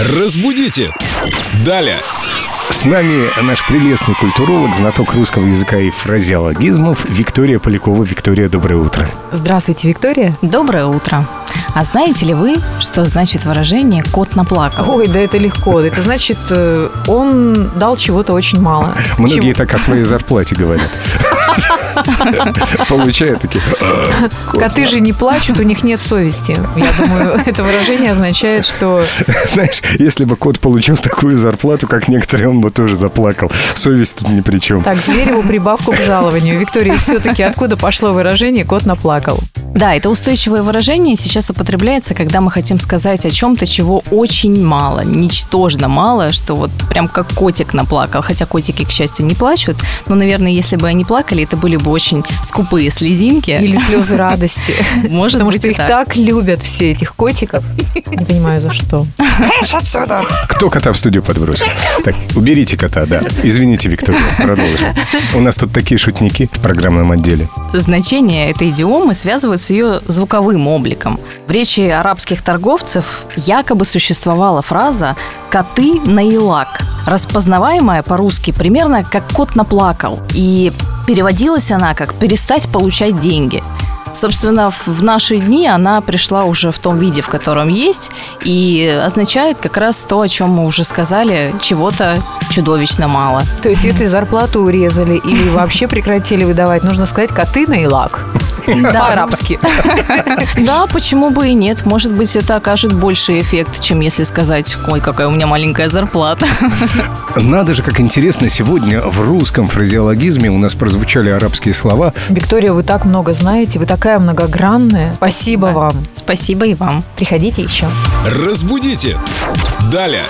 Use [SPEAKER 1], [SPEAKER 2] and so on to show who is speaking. [SPEAKER 1] Разбудите! Далее!
[SPEAKER 2] С нами наш прелестный культуролог, знаток русского языка и фразеологизмов Виктория Полякова. Виктория, доброе утро.
[SPEAKER 3] Здравствуйте, Виктория.
[SPEAKER 4] Доброе утро. А знаете ли вы, что значит выражение «кот наплакал»?
[SPEAKER 3] Ой, да это легко. Это значит, э, он дал чего-то очень мало.
[SPEAKER 2] Многие
[SPEAKER 3] Чего?
[SPEAKER 2] так о своей зарплате говорят. Получают такие.
[SPEAKER 3] Коты же не плачут, у них нет совести. Я думаю, это выражение означает, что
[SPEAKER 2] Знаешь, если бы кот получил такую зарплату, как некоторые, он бы тоже заплакал. Совесть тут ни при чем.
[SPEAKER 3] так, Звереву прибавку к жалованию. Виктория, все-таки откуда пошло выражение «кот наплакал»?
[SPEAKER 4] Да, это устойчивое выражение сейчас употребляется, когда мы хотим сказать о чем-то, чего очень мало, ничтожно мало, что вот прям как котик наплакал. Хотя котики, к счастью, не плачут, но, наверное, если бы они плакали, это были бы очень скупые слезинки.
[SPEAKER 3] Или слезы радости.
[SPEAKER 4] может
[SPEAKER 3] Потому
[SPEAKER 4] быть,
[SPEAKER 3] что
[SPEAKER 4] и
[SPEAKER 3] их
[SPEAKER 4] так.
[SPEAKER 3] так любят все, этих котиков. Не понимаю, за что.
[SPEAKER 2] Кто кота в студию подбросил? Так, уберите кота, да. Извините, Виктория, продолжим. У нас тут такие шутники в программном отделе.
[SPEAKER 4] Значение этой идиомы связывают с ее звуковым обликом. В речи арабских торговцев якобы существовала фраза «коты на илак», распознаваемая по-русски примерно как «кот наплакал», и переводилась она как «перестать получать деньги». Собственно, в- в наши дни она пришла уже в том виде, в котором есть, и означает как раз то, о чем мы уже сказали, чего-то чудовищно мало.
[SPEAKER 3] То есть, если зарплату урезали или вообще прекратили выдавать, нужно сказать «коты на илак». По-арабски.
[SPEAKER 4] Да, почему бы и нет. Может быть, это окажет больший эффект, чем если сказать, ой, какая у меня маленькая зарплата.
[SPEAKER 2] Надо же, как интересно, сегодня в русском фразеологизме у нас прозвучали арабские слова.
[SPEAKER 3] Виктория, вы так много знаете, вы такая многогранная. Спасибо вам.
[SPEAKER 4] Спасибо и вам.
[SPEAKER 3] Приходите еще.
[SPEAKER 1] Разбудите! Далее!